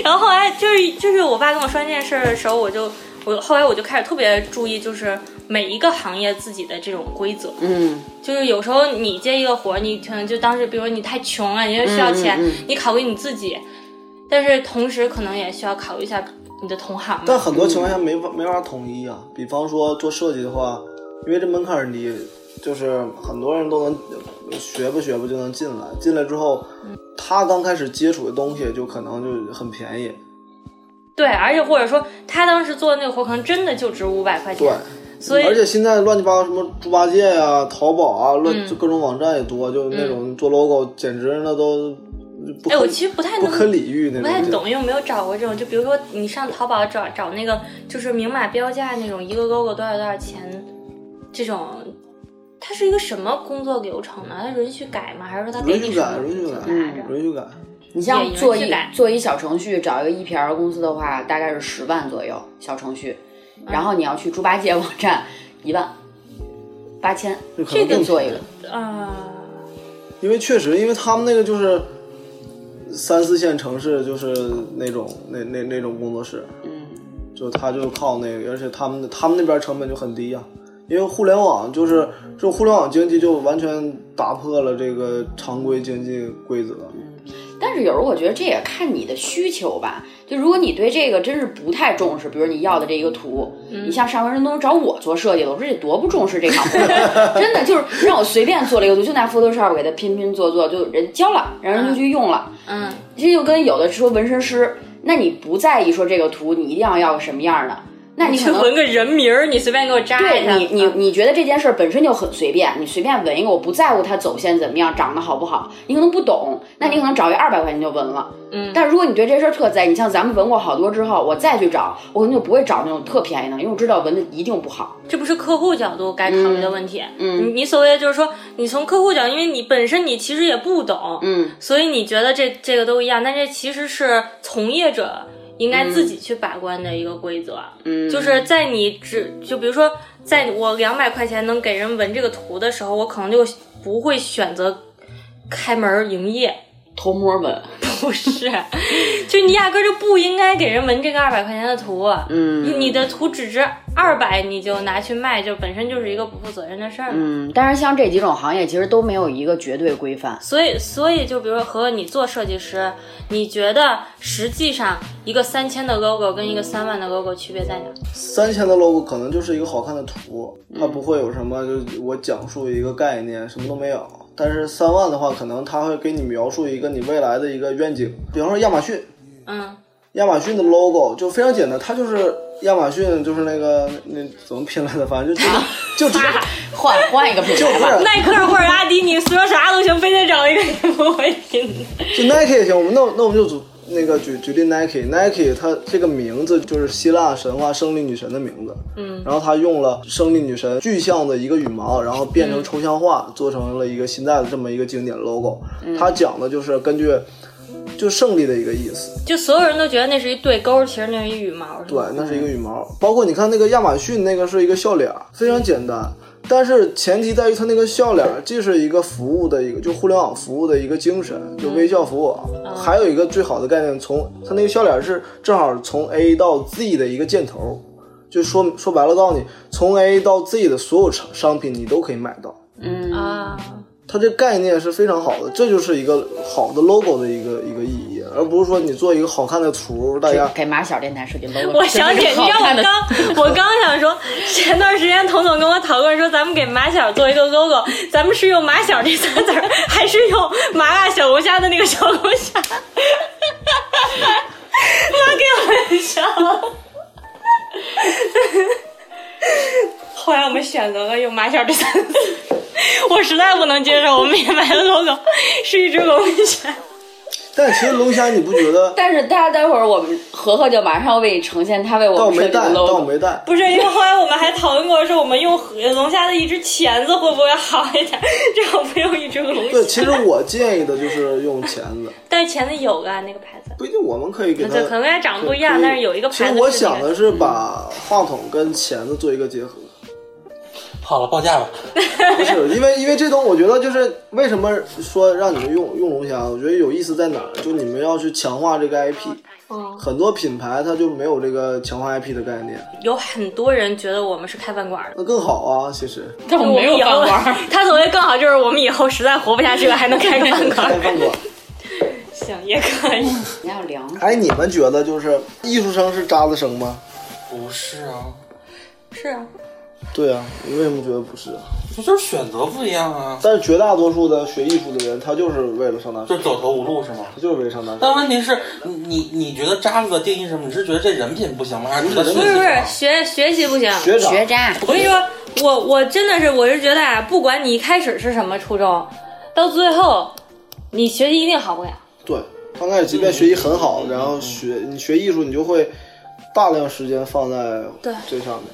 Speaker 4: 然后后来就是就是我爸跟我说这件事儿的时候，我就我后来我就开始特别注意，就是每一个行业自己的这种规则。
Speaker 5: 嗯，
Speaker 4: 就是有时候你接一个活儿，你可能就当时，比如说你太穷了，你就需要
Speaker 6: 嗯
Speaker 4: 钱，你考虑你自己，但是同时可能也需要考虑一下你的同行
Speaker 6: 但
Speaker 4: 嘛。
Speaker 6: 很多情况下没法没法统一啊。比方说做设计的话，因为这门槛儿低，就是很多人都能学吧学吧就能进来。进来之后，他刚开始接触的东西就可能就很便宜。
Speaker 4: 对，而且或者说他当时做的那个活儿可能真的就值五百块钱
Speaker 6: 对，，
Speaker 4: 所以
Speaker 6: 而且现在乱七八糟什么猪八戒呀、淘宝啊，
Speaker 4: 嗯
Speaker 6: 乱就各种网站也多，就那种做 logo，简直那都不
Speaker 4: 哎，
Speaker 6: 可
Speaker 4: 我其实不太
Speaker 6: 不
Speaker 4: 能
Speaker 6: 可理喻那
Speaker 4: 不
Speaker 6: 种
Speaker 4: 太
Speaker 6: 感觉。
Speaker 4: 懂，因为我没有找过这种。就比如说，你上淘宝找找那个，就是明码标价那种，一个 logo 多少多少钱，这种，它是一个什么工作流程呢？它允许改吗？还是说它给
Speaker 6: 允
Speaker 4: 你
Speaker 6: 许
Speaker 4: 什
Speaker 6: 改，
Speaker 4: 么嗯
Speaker 6: 允许改
Speaker 4: 就拿着，
Speaker 6: 允许改。
Speaker 5: 你
Speaker 4: 也
Speaker 5: 像
Speaker 4: 有
Speaker 5: 做
Speaker 4: 质
Speaker 5: 一
Speaker 4: 感
Speaker 5: 做一小程序，找一个一 PR 公司的话，大概是十万左右小程序，
Speaker 4: 嗯
Speaker 5: 然后你要去猪八戒网站一万八千，
Speaker 6: 这可能更
Speaker 5: 做一个，
Speaker 4: 啊、
Speaker 6: 因为确实，因为他们那个就是三四线城市，就是那种那那那种工作室，
Speaker 5: 嗯，
Speaker 6: 就他就靠那个，而且他们的他们那边成本就很低呀、啊因为互联网就是这互联网经济就完全打破了这个常规经济规则，
Speaker 5: 但是有时候我觉得这也看你的需求吧。就如果你对这个真是不太重视，比如你要的这一个图，
Speaker 4: 嗯
Speaker 5: 你像上回人东找我做设计的，我说这多不重视这场
Speaker 4: [laughs]
Speaker 5: 活动，真的就是让我随便做了一个图，就拿 Photoshop 给它拼拼做做，就人交了，然后人就去用了。
Speaker 4: 嗯，
Speaker 5: 这就跟有的说纹身师，那你不在意说这个图你一定要要个什么样的，那你
Speaker 4: 去 [laughs]
Speaker 5: 可能
Speaker 4: 纹个人名儿，你随便给我扎一下。嗯
Speaker 5: 对你，你你觉得这件事儿本身就很随便，你随便纹一个，我不在乎它走线怎么样，长得好不好，你可能不懂，那你可能找一二百块钱就纹了。
Speaker 4: 嗯
Speaker 5: 但如果你对这事儿特在意，你像咱们纹过好多之后，我再去找，我可能就不会找那种特便宜的，因为我知道纹的一定不好。
Speaker 4: 这不是客户角度该考虑的问题。
Speaker 5: 嗯
Speaker 4: 你你所谓的就是说，你从客户角，因为你本身你其实也不懂，
Speaker 5: 嗯，
Speaker 4: 所以你觉得这这个都一样，但这其实是从业者应该自己去把关的一个规则。
Speaker 5: 嗯
Speaker 4: 就是在你只就比如说，在我两百块钱能给人纹这个图的时候，我可能就不会选择开门营业。
Speaker 5: 偷摸纹，
Speaker 4: 不是，就你压根儿就不应该给人纹这个二百块钱的图，啊
Speaker 5: 嗯
Speaker 4: 你的图只值二百，你就拿去卖，就本身就是一个不负责任的事儿嘛。
Speaker 5: 嗯，但是像这几种行业其实都没有一个绝对规范，
Speaker 4: 所以，所以就比如说，和你做设计师，你觉得实际上一个三千的 logo 跟一个三万的 logo 区别在哪？
Speaker 6: 三千的 logo 可能就是一个好看的图，
Speaker 5: 嗯
Speaker 6: 它不会有什么就我讲述一个概念，什么都没有。但是三万的话，可能它会给你描述一个你未来的一个愿景，比方说亚马逊，
Speaker 4: 嗯，
Speaker 6: 亚马逊的 logo 就非常简单，它就是亚马逊，就是那个那怎么拼来的，反
Speaker 5: [laughs]
Speaker 6: 正就就就直接
Speaker 5: 换换一个品
Speaker 6: 就
Speaker 5: 牌
Speaker 6: 不
Speaker 5: 吧。
Speaker 6: 是
Speaker 4: 耐克或者阿迪，你说啥都行，非得找一个 [laughs] 你不会拼的。
Speaker 6: 就 Nike 也行，我们那我那我们就举那个举举例 Nike，Nike 它这个名字就是希腊神话胜利女神的名字，嗯，然后它用了胜利女神具象的一个羽毛，然后变成抽象化，做成了一个现在的这么一个经典 logo，、它讲的就是根据就胜利的一个意思，
Speaker 4: 就所有人都觉得那是一对勾，其实那是一羽毛。是
Speaker 6: 对
Speaker 4: 吧，
Speaker 6: 那是一个羽毛。包括你看那个亚马逊，那个是一个笑脸儿，非常简单。但是前提在于它那个笑脸儿，既是一个服务的一个，就互联网服务的一个精神，就微笑服务。啊还有一个最好的概念，从它那个笑脸儿是正好从 A 到 Z 的一个箭头，就说说白了，告诉你，从 A 到 Z 的所有商商品你都可以买到。
Speaker 4: 啊，
Speaker 6: 它这概念是非常好的，这就是一个好的 logo 的一个一个意义，而不是说你做一个好看的图，大家
Speaker 5: 给马小电台设计 logo，？
Speaker 4: 我想起，你知道我刚我刚想说，前段时间童总跟我讨论说，咱们给马小做一个 logo，咱们是用马小这仨字儿，还是用麻辣小龙虾的那个小龙虾？ [laughs] 那给我们笑。后来我们选择了用马小这三个字， [laughs] 我实在不能接受，我们也买了 logo，是一只龙虾。
Speaker 6: 但其实龙虾你不觉得
Speaker 5: 但是大家待会儿我们和和就马上要为你呈现他为
Speaker 6: 但
Speaker 5: 我
Speaker 6: 我
Speaker 5: 们设
Speaker 6: 没
Speaker 5: 计的
Speaker 6: 带，但我
Speaker 5: logo。
Speaker 6: 没带。
Speaker 4: 不是，因为后来我们还讨论过，说我们用龙虾的一只钳子会不会好一点， [laughs] 这样不用一只龙
Speaker 6: 对，
Speaker 4: 虾。
Speaker 6: 其实我建议的就是用钳子，
Speaker 4: 但是钳子有啊个那个牌子，
Speaker 6: 不一定我们可以给它。
Speaker 4: 对，可能跟它长得不一样，
Speaker 6: 可以
Speaker 4: 但是有一个
Speaker 6: 其
Speaker 4: 牌
Speaker 6: 实
Speaker 4: 子。
Speaker 6: 我想的，是把话筒跟钳子做一个结
Speaker 4: [laughs]
Speaker 6: 合，
Speaker 7: 好了，报价吧。
Speaker 6: 不是因为因为这东，我觉得就是为什么说让你们用用龙虾，我觉得有意思在哪儿，就你们要去强化这个 IP。很多品牌它就没有这个强化 IP 的概念，
Speaker 4: 有很多人觉得我们是开饭馆的。
Speaker 6: 那更好啊。其实
Speaker 4: [laughs]
Speaker 5: 但我没有饭
Speaker 4: 以
Speaker 5: 馆
Speaker 4: 后。 [laughs] 他所谓更好就是我们以后实在活不下去了，还能开个饭
Speaker 6: 开
Speaker 4: 馆。
Speaker 6: 饭馆，
Speaker 4: [laughs] 行，也可以。
Speaker 5: 你要凉吗？
Speaker 6: 哎，你们觉得就是艺术生是渣子生吗？
Speaker 7: 不是啊，
Speaker 4: [laughs] 是啊，
Speaker 6: 对啊，你为什么觉得不是啊？
Speaker 7: 这就是选择不一样啊，
Speaker 6: 但是绝大多数的学艺术的人，他就是为了上大学
Speaker 7: 就，走投无路是吗？
Speaker 6: 他就是为了上大学。
Speaker 7: 但问题是，你你你觉得渣子的定义是什么？你是觉得这人品不行吗？还是觉得
Speaker 4: 不是
Speaker 7: 学习
Speaker 4: 不是
Speaker 7: 好，
Speaker 4: 学学习不行。
Speaker 6: 学长，
Speaker 5: 学渣，
Speaker 4: 我跟你说，我我真的是，我是觉得啊，不管你一开始是什么初衷，到最后，你学习一定好不了。
Speaker 6: 对，刚开始即便学习很好，然
Speaker 5: 嗯
Speaker 6: 后学你学艺术，你就会大量时间放在
Speaker 4: 对
Speaker 6: 这上面。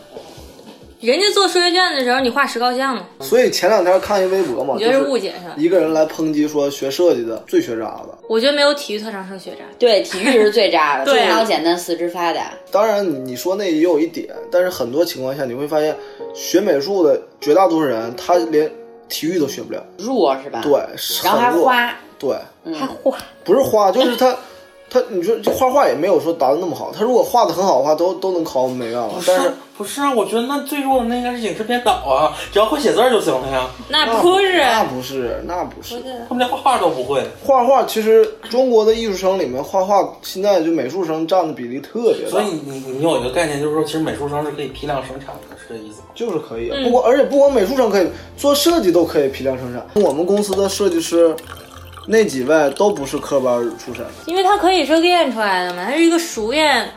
Speaker 4: 人家做数学卷的时候，你画石膏像呢，
Speaker 5: 嗯
Speaker 6: 所以前两天看一微博嘛，
Speaker 4: 你
Speaker 6: 就
Speaker 4: 觉得是误
Speaker 6: 是
Speaker 4: 解是吧？
Speaker 6: 一个人来抨击说学设计的最学渣的。
Speaker 4: 我觉得没有体育特长生学渣，
Speaker 5: 对，体育是最渣
Speaker 4: [laughs]
Speaker 5: 的，
Speaker 4: 对啊
Speaker 5: 头脑简单，四肢发达。
Speaker 6: 当然，你你说那也有一点，但是很多情况下你会发现，学美术的绝大多数人他连体育都学不了，
Speaker 5: 弱是吧？
Speaker 6: 对，，很
Speaker 5: 啊然后还
Speaker 6: 弱
Speaker 5: 花，
Speaker 6: 对，
Speaker 4: 还画
Speaker 6: 不是画，就是他， [laughs] 他你说这画画也没有说答的那么好。他如果画的很好的话，都都能考我们美院了
Speaker 7: 不。是
Speaker 6: 但是
Speaker 7: 不是啊？我觉得那最弱的那应该是影视编导啊，只要会写字儿就行了呀。
Speaker 4: 那不是
Speaker 6: 那不是，那不是。
Speaker 7: 他们连画画都不会，
Speaker 6: 画画其实中国的艺术生里面，画画现在就美术生占的比例特别
Speaker 7: 所以
Speaker 6: 大，
Speaker 7: 你你你有一个概念，就是说，其实美术生是可以批量生产的，是这意思吗？
Speaker 6: 就是可以。啊不光而且不光美术生可以做设计，都可以批量生产。我们公司的设计师那几位都不是科班出身，
Speaker 4: 因为他可以是练出来的嘛，他是一个熟练，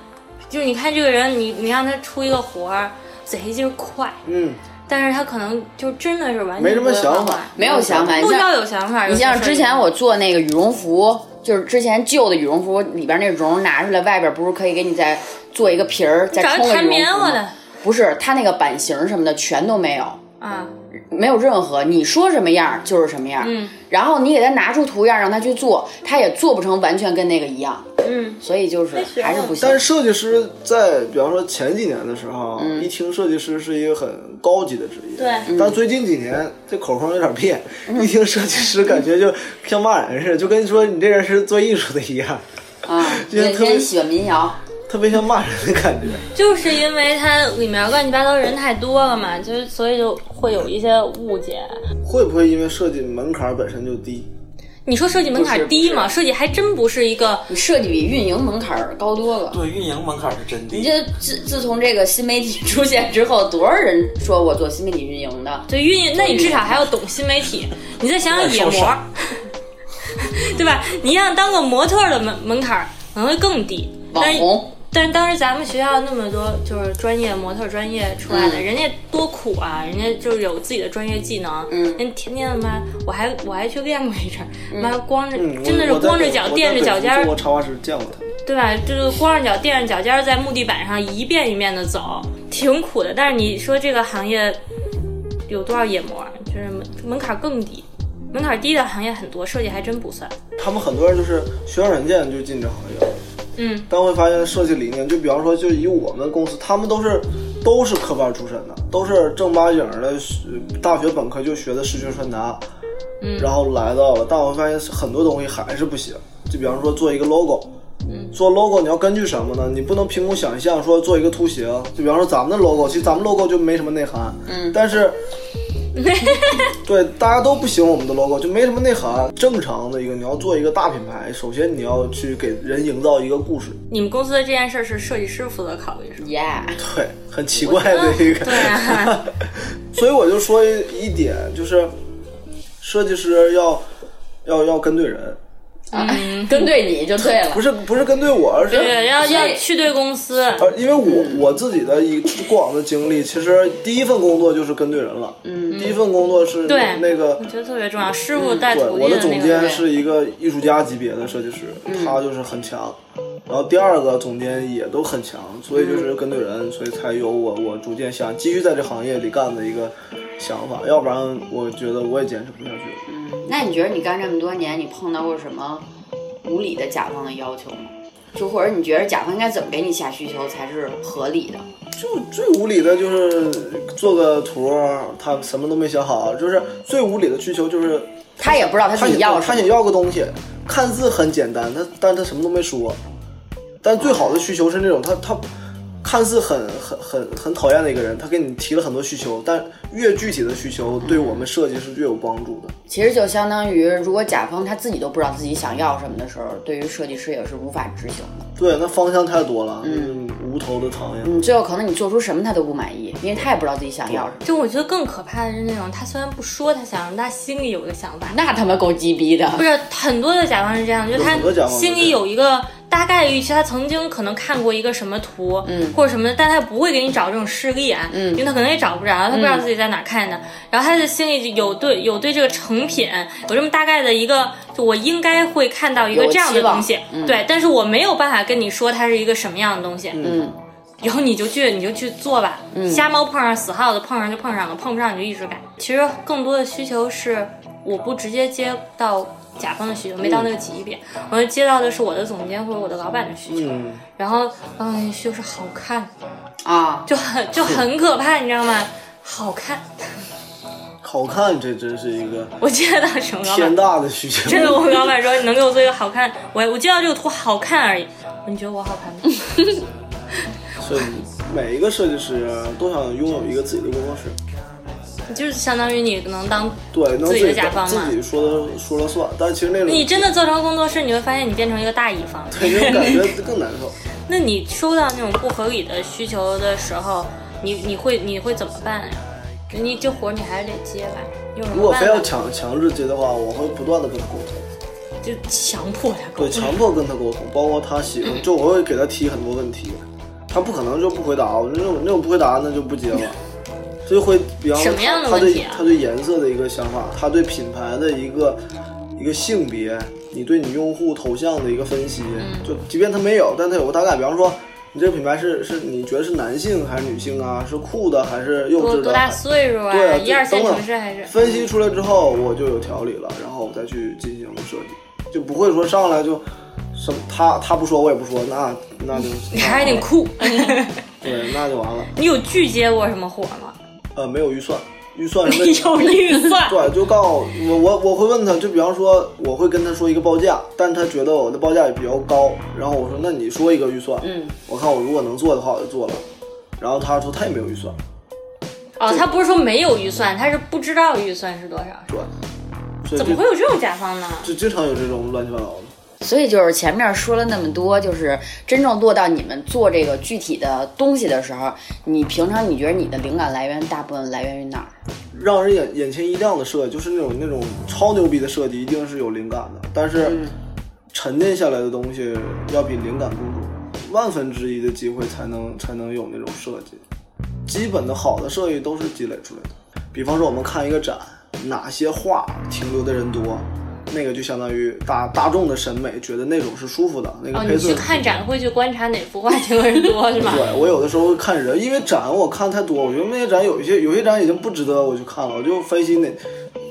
Speaker 4: 就是你看这个人，你你让他出一个活儿，贼劲儿快，
Speaker 6: 嗯，
Speaker 4: 但是他可能就真的是完全
Speaker 6: 没什么
Speaker 4: 不会画
Speaker 6: 想
Speaker 4: 画
Speaker 6: 法，
Speaker 5: 没有想法。你哎
Speaker 4: 不需要
Speaker 5: 像
Speaker 4: 有想法。
Speaker 5: 你像之前
Speaker 4: 我。
Speaker 5: 我做那个羽绒服，就是之前旧的羽绒服里边那绒拿出来，外边不是可以给你再做一个皮儿，再
Speaker 4: 找
Speaker 5: 充
Speaker 4: 一
Speaker 5: 个
Speaker 4: 缠
Speaker 5: 羽绒
Speaker 4: 棉
Speaker 5: 服
Speaker 4: 花
Speaker 5: 吗？
Speaker 4: 的
Speaker 5: 不是，它那个版型什么的全都没有，
Speaker 4: 啊，
Speaker 5: 没有任何你说什么样儿就是什么样。嗯，然后你给他拿出图样儿让他去做，他也做不成完全跟那个一样。
Speaker 4: 嗯，
Speaker 5: 所以就是还是不行
Speaker 6: 但。是设计师在比方说前几年的时候，一听设计师是一个很高级的职业，
Speaker 4: 对
Speaker 6: 但最近几年这口风有点变，一听设计师感觉就像骂人似的，就跟说你这人是做艺术的一样，
Speaker 5: 啊，
Speaker 6: 就
Speaker 5: 也
Speaker 6: 是特
Speaker 5: 也
Speaker 6: 别
Speaker 5: 喜欢民谣，
Speaker 6: 特别像骂人的感觉。
Speaker 4: 就是因为它里面乱七八糟人太多了嘛，就是所以就会有一些误解。
Speaker 6: 会不会因为设计门槛本身就低？
Speaker 4: 你说设计门槛低吗？设计还真不是一个
Speaker 5: 你设计比运营门槛儿高多了。
Speaker 7: 对，运营门槛是真
Speaker 5: 你
Speaker 7: 低。
Speaker 5: 这自自从这个新媒体出现之后，多少人说我做新媒体运营的？
Speaker 4: 对运营，那你至少还要懂新媒体。你再
Speaker 6: 哎
Speaker 4: 想想野
Speaker 7: 那受
Speaker 4: 模
Speaker 7: 伤，
Speaker 4: [laughs] 对吧？你要当个模特儿的门门槛儿可能会更低。
Speaker 5: 网
Speaker 4: 但是
Speaker 5: 红，
Speaker 4: 但是当时咱们学校那么多就是专业模特专业出
Speaker 6: 嗯
Speaker 4: 来的，人家多苦啊，人家就是有自己的专业技能，
Speaker 5: 嗯
Speaker 4: 人天天的妈，我还我还去练过一阵儿，妈光着、
Speaker 6: 嗯，我
Speaker 4: 真的是
Speaker 6: 我在
Speaker 4: 光着
Speaker 6: 北
Speaker 4: 脚
Speaker 6: 我在
Speaker 4: 垫着
Speaker 6: 北
Speaker 4: 脚
Speaker 6: 京
Speaker 4: 尖儿
Speaker 6: 做，过插画师见过他。
Speaker 4: 对吧？就是光着脚垫着脚尖儿在木地板上一遍一遍的走，挺苦的。但是你说这个行业有多少野模？就是门门槛更低，门槛低的行业很多，设计还真不算。
Speaker 6: 他们很多人就是学完软件就进这行业了，
Speaker 4: 嗯，
Speaker 6: 但会发现设计理念，就比方说，就以我们公司，他们都是都是科班出身的，都是正八经儿的学大学本科就学的视觉传达，嗯，然后来到了，但我会发现很多东西还是不行，就比方说做一个 logo。做 logo 你要根据什么呢？你不能凭空想象说做一个图形，就比方说咱们的 logo，其实咱们 logo 就没什么内涵，嗯，但是对，大家都不喜欢我们的 logo，就没什么内涵。正常的一个，你要做一个大品牌，首先你要去给人营造一个故事，
Speaker 4: 你们公司的这件事儿是设计师负责考虑是吗？
Speaker 5: 耶、
Speaker 6: 对，很奇怪的一
Speaker 4: [laughs]
Speaker 6: 个。
Speaker 4: 对啊，
Speaker 6: [laughs] 所以我就说一点，就是设计师要要要跟对人，
Speaker 5: yeah,，跟对你就嗯对了
Speaker 6: 不。是不是跟对我，而是
Speaker 4: 对，要
Speaker 5: 所以
Speaker 4: 要去对公司，
Speaker 6: 而因为我我自己的一过往的经历，其实第一份工作就是跟对人了。嗯，第一份工作是
Speaker 4: 对
Speaker 6: 那个
Speaker 4: 我觉得特别重要。师傅带
Speaker 6: 嗯对，
Speaker 4: 徒
Speaker 6: 我
Speaker 4: 弟
Speaker 6: 的
Speaker 4: 那
Speaker 6: 总
Speaker 4: 个嗯
Speaker 6: 监
Speaker 4: 人，
Speaker 6: 是一个艺术家级别的设计师，他就是很强。然后第二个总监也都很强，所以就是跟对人，所以才有我我逐渐想继续在这行业里干的一个想法，要不然我觉得我也坚持不下去了。
Speaker 5: 那你觉得你干这么多年，你碰到过什么无理的甲方的要求吗？就或者你觉得甲方应该怎么给你下需求才是合理的？
Speaker 6: 就最无理的就是做个图，啊他什么都没想好，啊就是最无理的需求就是
Speaker 5: 他也不知道他
Speaker 6: 他
Speaker 5: 自己
Speaker 6: 想
Speaker 5: 要什
Speaker 6: 他
Speaker 5: 么
Speaker 6: 想。要个东西，看似很简单，他但他什么都没说。但最好的需求是那种他他看似很很很很讨厌的一个人，他给你提了很多需求，但越具体的需求
Speaker 5: 嗯
Speaker 6: 对我们设计是越有帮助的。
Speaker 5: 其实就相当于，如果甲方他自己都不知道自己想要什么的时候，对于设计师也是无法执行的。
Speaker 6: 对，那方向太多了，嗯，无头的苍蝇。
Speaker 5: 嗯，最后可能你做出什么他都不满意，因为他也不知道自己想要什么。
Speaker 4: 就我觉得更可怕的是那种，他虽然不说他想什么，但他心里有个想法。
Speaker 5: 那他妈够鸡逼的！
Speaker 4: 不是很多的甲方是这样，就是他
Speaker 6: 很多甲方是这
Speaker 4: 心
Speaker 6: 样
Speaker 4: 里有一个大概的预期，他曾经可能看过一个什么图，嗯，或者什么，但他不会给你找这种事例啊，嗯，因为他可能也找不着，他不知道自己在哪看
Speaker 5: 嗯
Speaker 4: 的，然后他的心里有对有对这个成品有这么大概的一个，就我应该会看到一个
Speaker 5: 有
Speaker 4: 这样的
Speaker 5: 期望嗯
Speaker 4: 东西，对，但是我没有办法跟你说它是一个什么样的东西，嗯。以后你就去，你就去做吧。瞎猫碰上死耗子，碰上就碰上了，碰不上你就一直改。其实更多的需求是，我不直接接到甲方的需求，没到那个级别，我接到的是我的总监或者我的老板的需求。
Speaker 6: 嗯，
Speaker 4: 然后，嗯，需求是好看，
Speaker 5: 啊，
Speaker 4: 就很就很可怕，你知道吗？好看，
Speaker 6: 好看，这真是一个
Speaker 4: 我接到什么老
Speaker 6: 天
Speaker 4: 板？
Speaker 6: 大的需求。
Speaker 4: 真的，我跟老板说，你能给我做一个好看？我我接到这个图好看而已。你觉得我好看吗？
Speaker 6: 所以
Speaker 4: 哎
Speaker 6: 每一个设计师啊都想拥有一个自己的工作室。
Speaker 4: 就是相当于你能当
Speaker 6: 对，能
Speaker 4: 自己
Speaker 6: 己
Speaker 4: 的甲方
Speaker 6: 自
Speaker 4: 嘛
Speaker 6: 己说了说了算，但其实那种
Speaker 4: 你真的做成工作室，你会发现你变成一个大乙方。
Speaker 6: 肯定
Speaker 4: [laughs]
Speaker 6: 感觉更难受。
Speaker 4: 那你收到那种不合理的需求的时候，你你会你会怎么办呀、你这活儿你还是得接吧，有什
Speaker 6: 如
Speaker 4: 么
Speaker 6: 果非要
Speaker 4: 办法？
Speaker 6: 强强制接的话，我会不断的跟他沟通，
Speaker 4: 就强迫他沟
Speaker 6: 对，
Speaker 4: 通。嗯
Speaker 6: 强迫跟他沟通，包括他喜欢，就我会给他提很多问题，他不可能就不回答，我那种那种不回答那就不接了。所以会，比方说
Speaker 4: 什么样的
Speaker 6: 他
Speaker 4: 问
Speaker 6: 对
Speaker 4: 题啊
Speaker 6: 他对颜色的一个想法，他对品牌的一个一个
Speaker 4: 嗯
Speaker 6: 性别，你对你用户头像的一个分析，就即便他没有，但他有个大概，比方说你这个品牌是是你觉得是男性还是女性啊？是酷的还是幼
Speaker 4: 多
Speaker 6: 稚
Speaker 4: 多
Speaker 6: 的？
Speaker 4: 大岁数
Speaker 6: 对
Speaker 4: 啊？
Speaker 6: 啊，
Speaker 4: 一二线
Speaker 6: 等会儿
Speaker 4: 城市还是
Speaker 6: 分析出来之后，我就有条理了，然后我再去进行设计，就不会说上来就什么他他不说我也不说，那那就
Speaker 4: 你还挺酷。 [laughs]
Speaker 6: 对，那就完了。
Speaker 4: 你有拒接过什么火
Speaker 6: [laughs]
Speaker 4: 吗？
Speaker 6: 呃，没有预算，预算是
Speaker 4: 你
Speaker 6: 为
Speaker 4: 有预算？
Speaker 6: 对，就告诉我我我会问他，就比方说我会跟他说一个报价，但他觉得我的报价也比较高，然后我说那你说一个预算，嗯，我看我如果能做的话我就做了，然后他说他也没有预算，
Speaker 4: 哦，他不是说没有预算，他是不知道预算是多少。
Speaker 6: 对，所以
Speaker 4: 怎么
Speaker 6: 就
Speaker 4: 会有这种甲方呢？
Speaker 6: 就经常有这种乱七八糟的。
Speaker 5: 所以就是 [laughs] 前面说了那么多，就是真正落到你们做这个具体的东西的时候，你平常你觉得你的灵感来源大部分来源于 [laughs] 哪儿？
Speaker 6: 让人眼眼前一亮的设计，就是那种那种超牛逼的设计，一定是有灵感的。但是、
Speaker 4: 嗯
Speaker 6: 沉淀下来的东西要比灵感更多，万分之一的机会才能才能有那种设计。基本的好的设计都是积累出来的。比方说我们看一个展，哪些画停留的人多，那个就相当于大大众的审美觉得那种是舒服的，那个
Speaker 4: 哦，
Speaker 6: 配
Speaker 4: 你
Speaker 6: 色
Speaker 4: 去
Speaker 6: 是
Speaker 4: 看展会去观察哪幅画停留人多是吧？
Speaker 6: 对我有的时候会看人，因为展我看太多，我觉得那些展有一些有些展已经不值得我去看了，我就分析那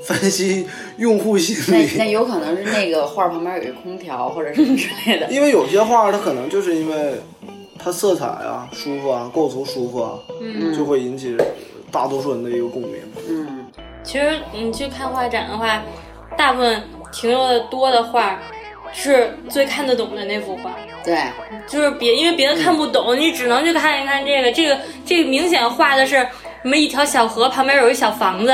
Speaker 6: 分析用户心
Speaker 5: 那那
Speaker 6: 理，
Speaker 5: 有可能是那个画旁边有一空调或者什么之类的。
Speaker 6: 因为有些画它可能就是因为它色彩啊舒服啊构图舒服啊，就会引起大多数人的一个共鸣。
Speaker 5: 嗯，
Speaker 4: 其实你去看画展的话，大部分停留的多的画是最看得懂的那幅画，
Speaker 5: 对，
Speaker 4: 就是别因为别的看不懂，你只能去看一看这个，这个这个明显画的是那么一条小河旁边有一小房子，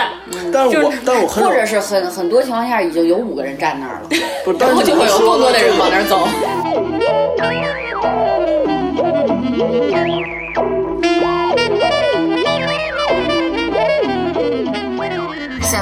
Speaker 6: 但是我
Speaker 4: 就是
Speaker 6: 但是我很少
Speaker 5: 或者嗯是很很多情况下已经有五个人站那儿了，
Speaker 6: 不是，
Speaker 5: 然
Speaker 6: 但是
Speaker 5: 后
Speaker 6: 你
Speaker 5: 就会有
Speaker 6: 说
Speaker 5: 更多
Speaker 6: 到
Speaker 5: 的人
Speaker 6: 这
Speaker 5: 往
Speaker 6: 个
Speaker 5: 那儿走。
Speaker 8: 下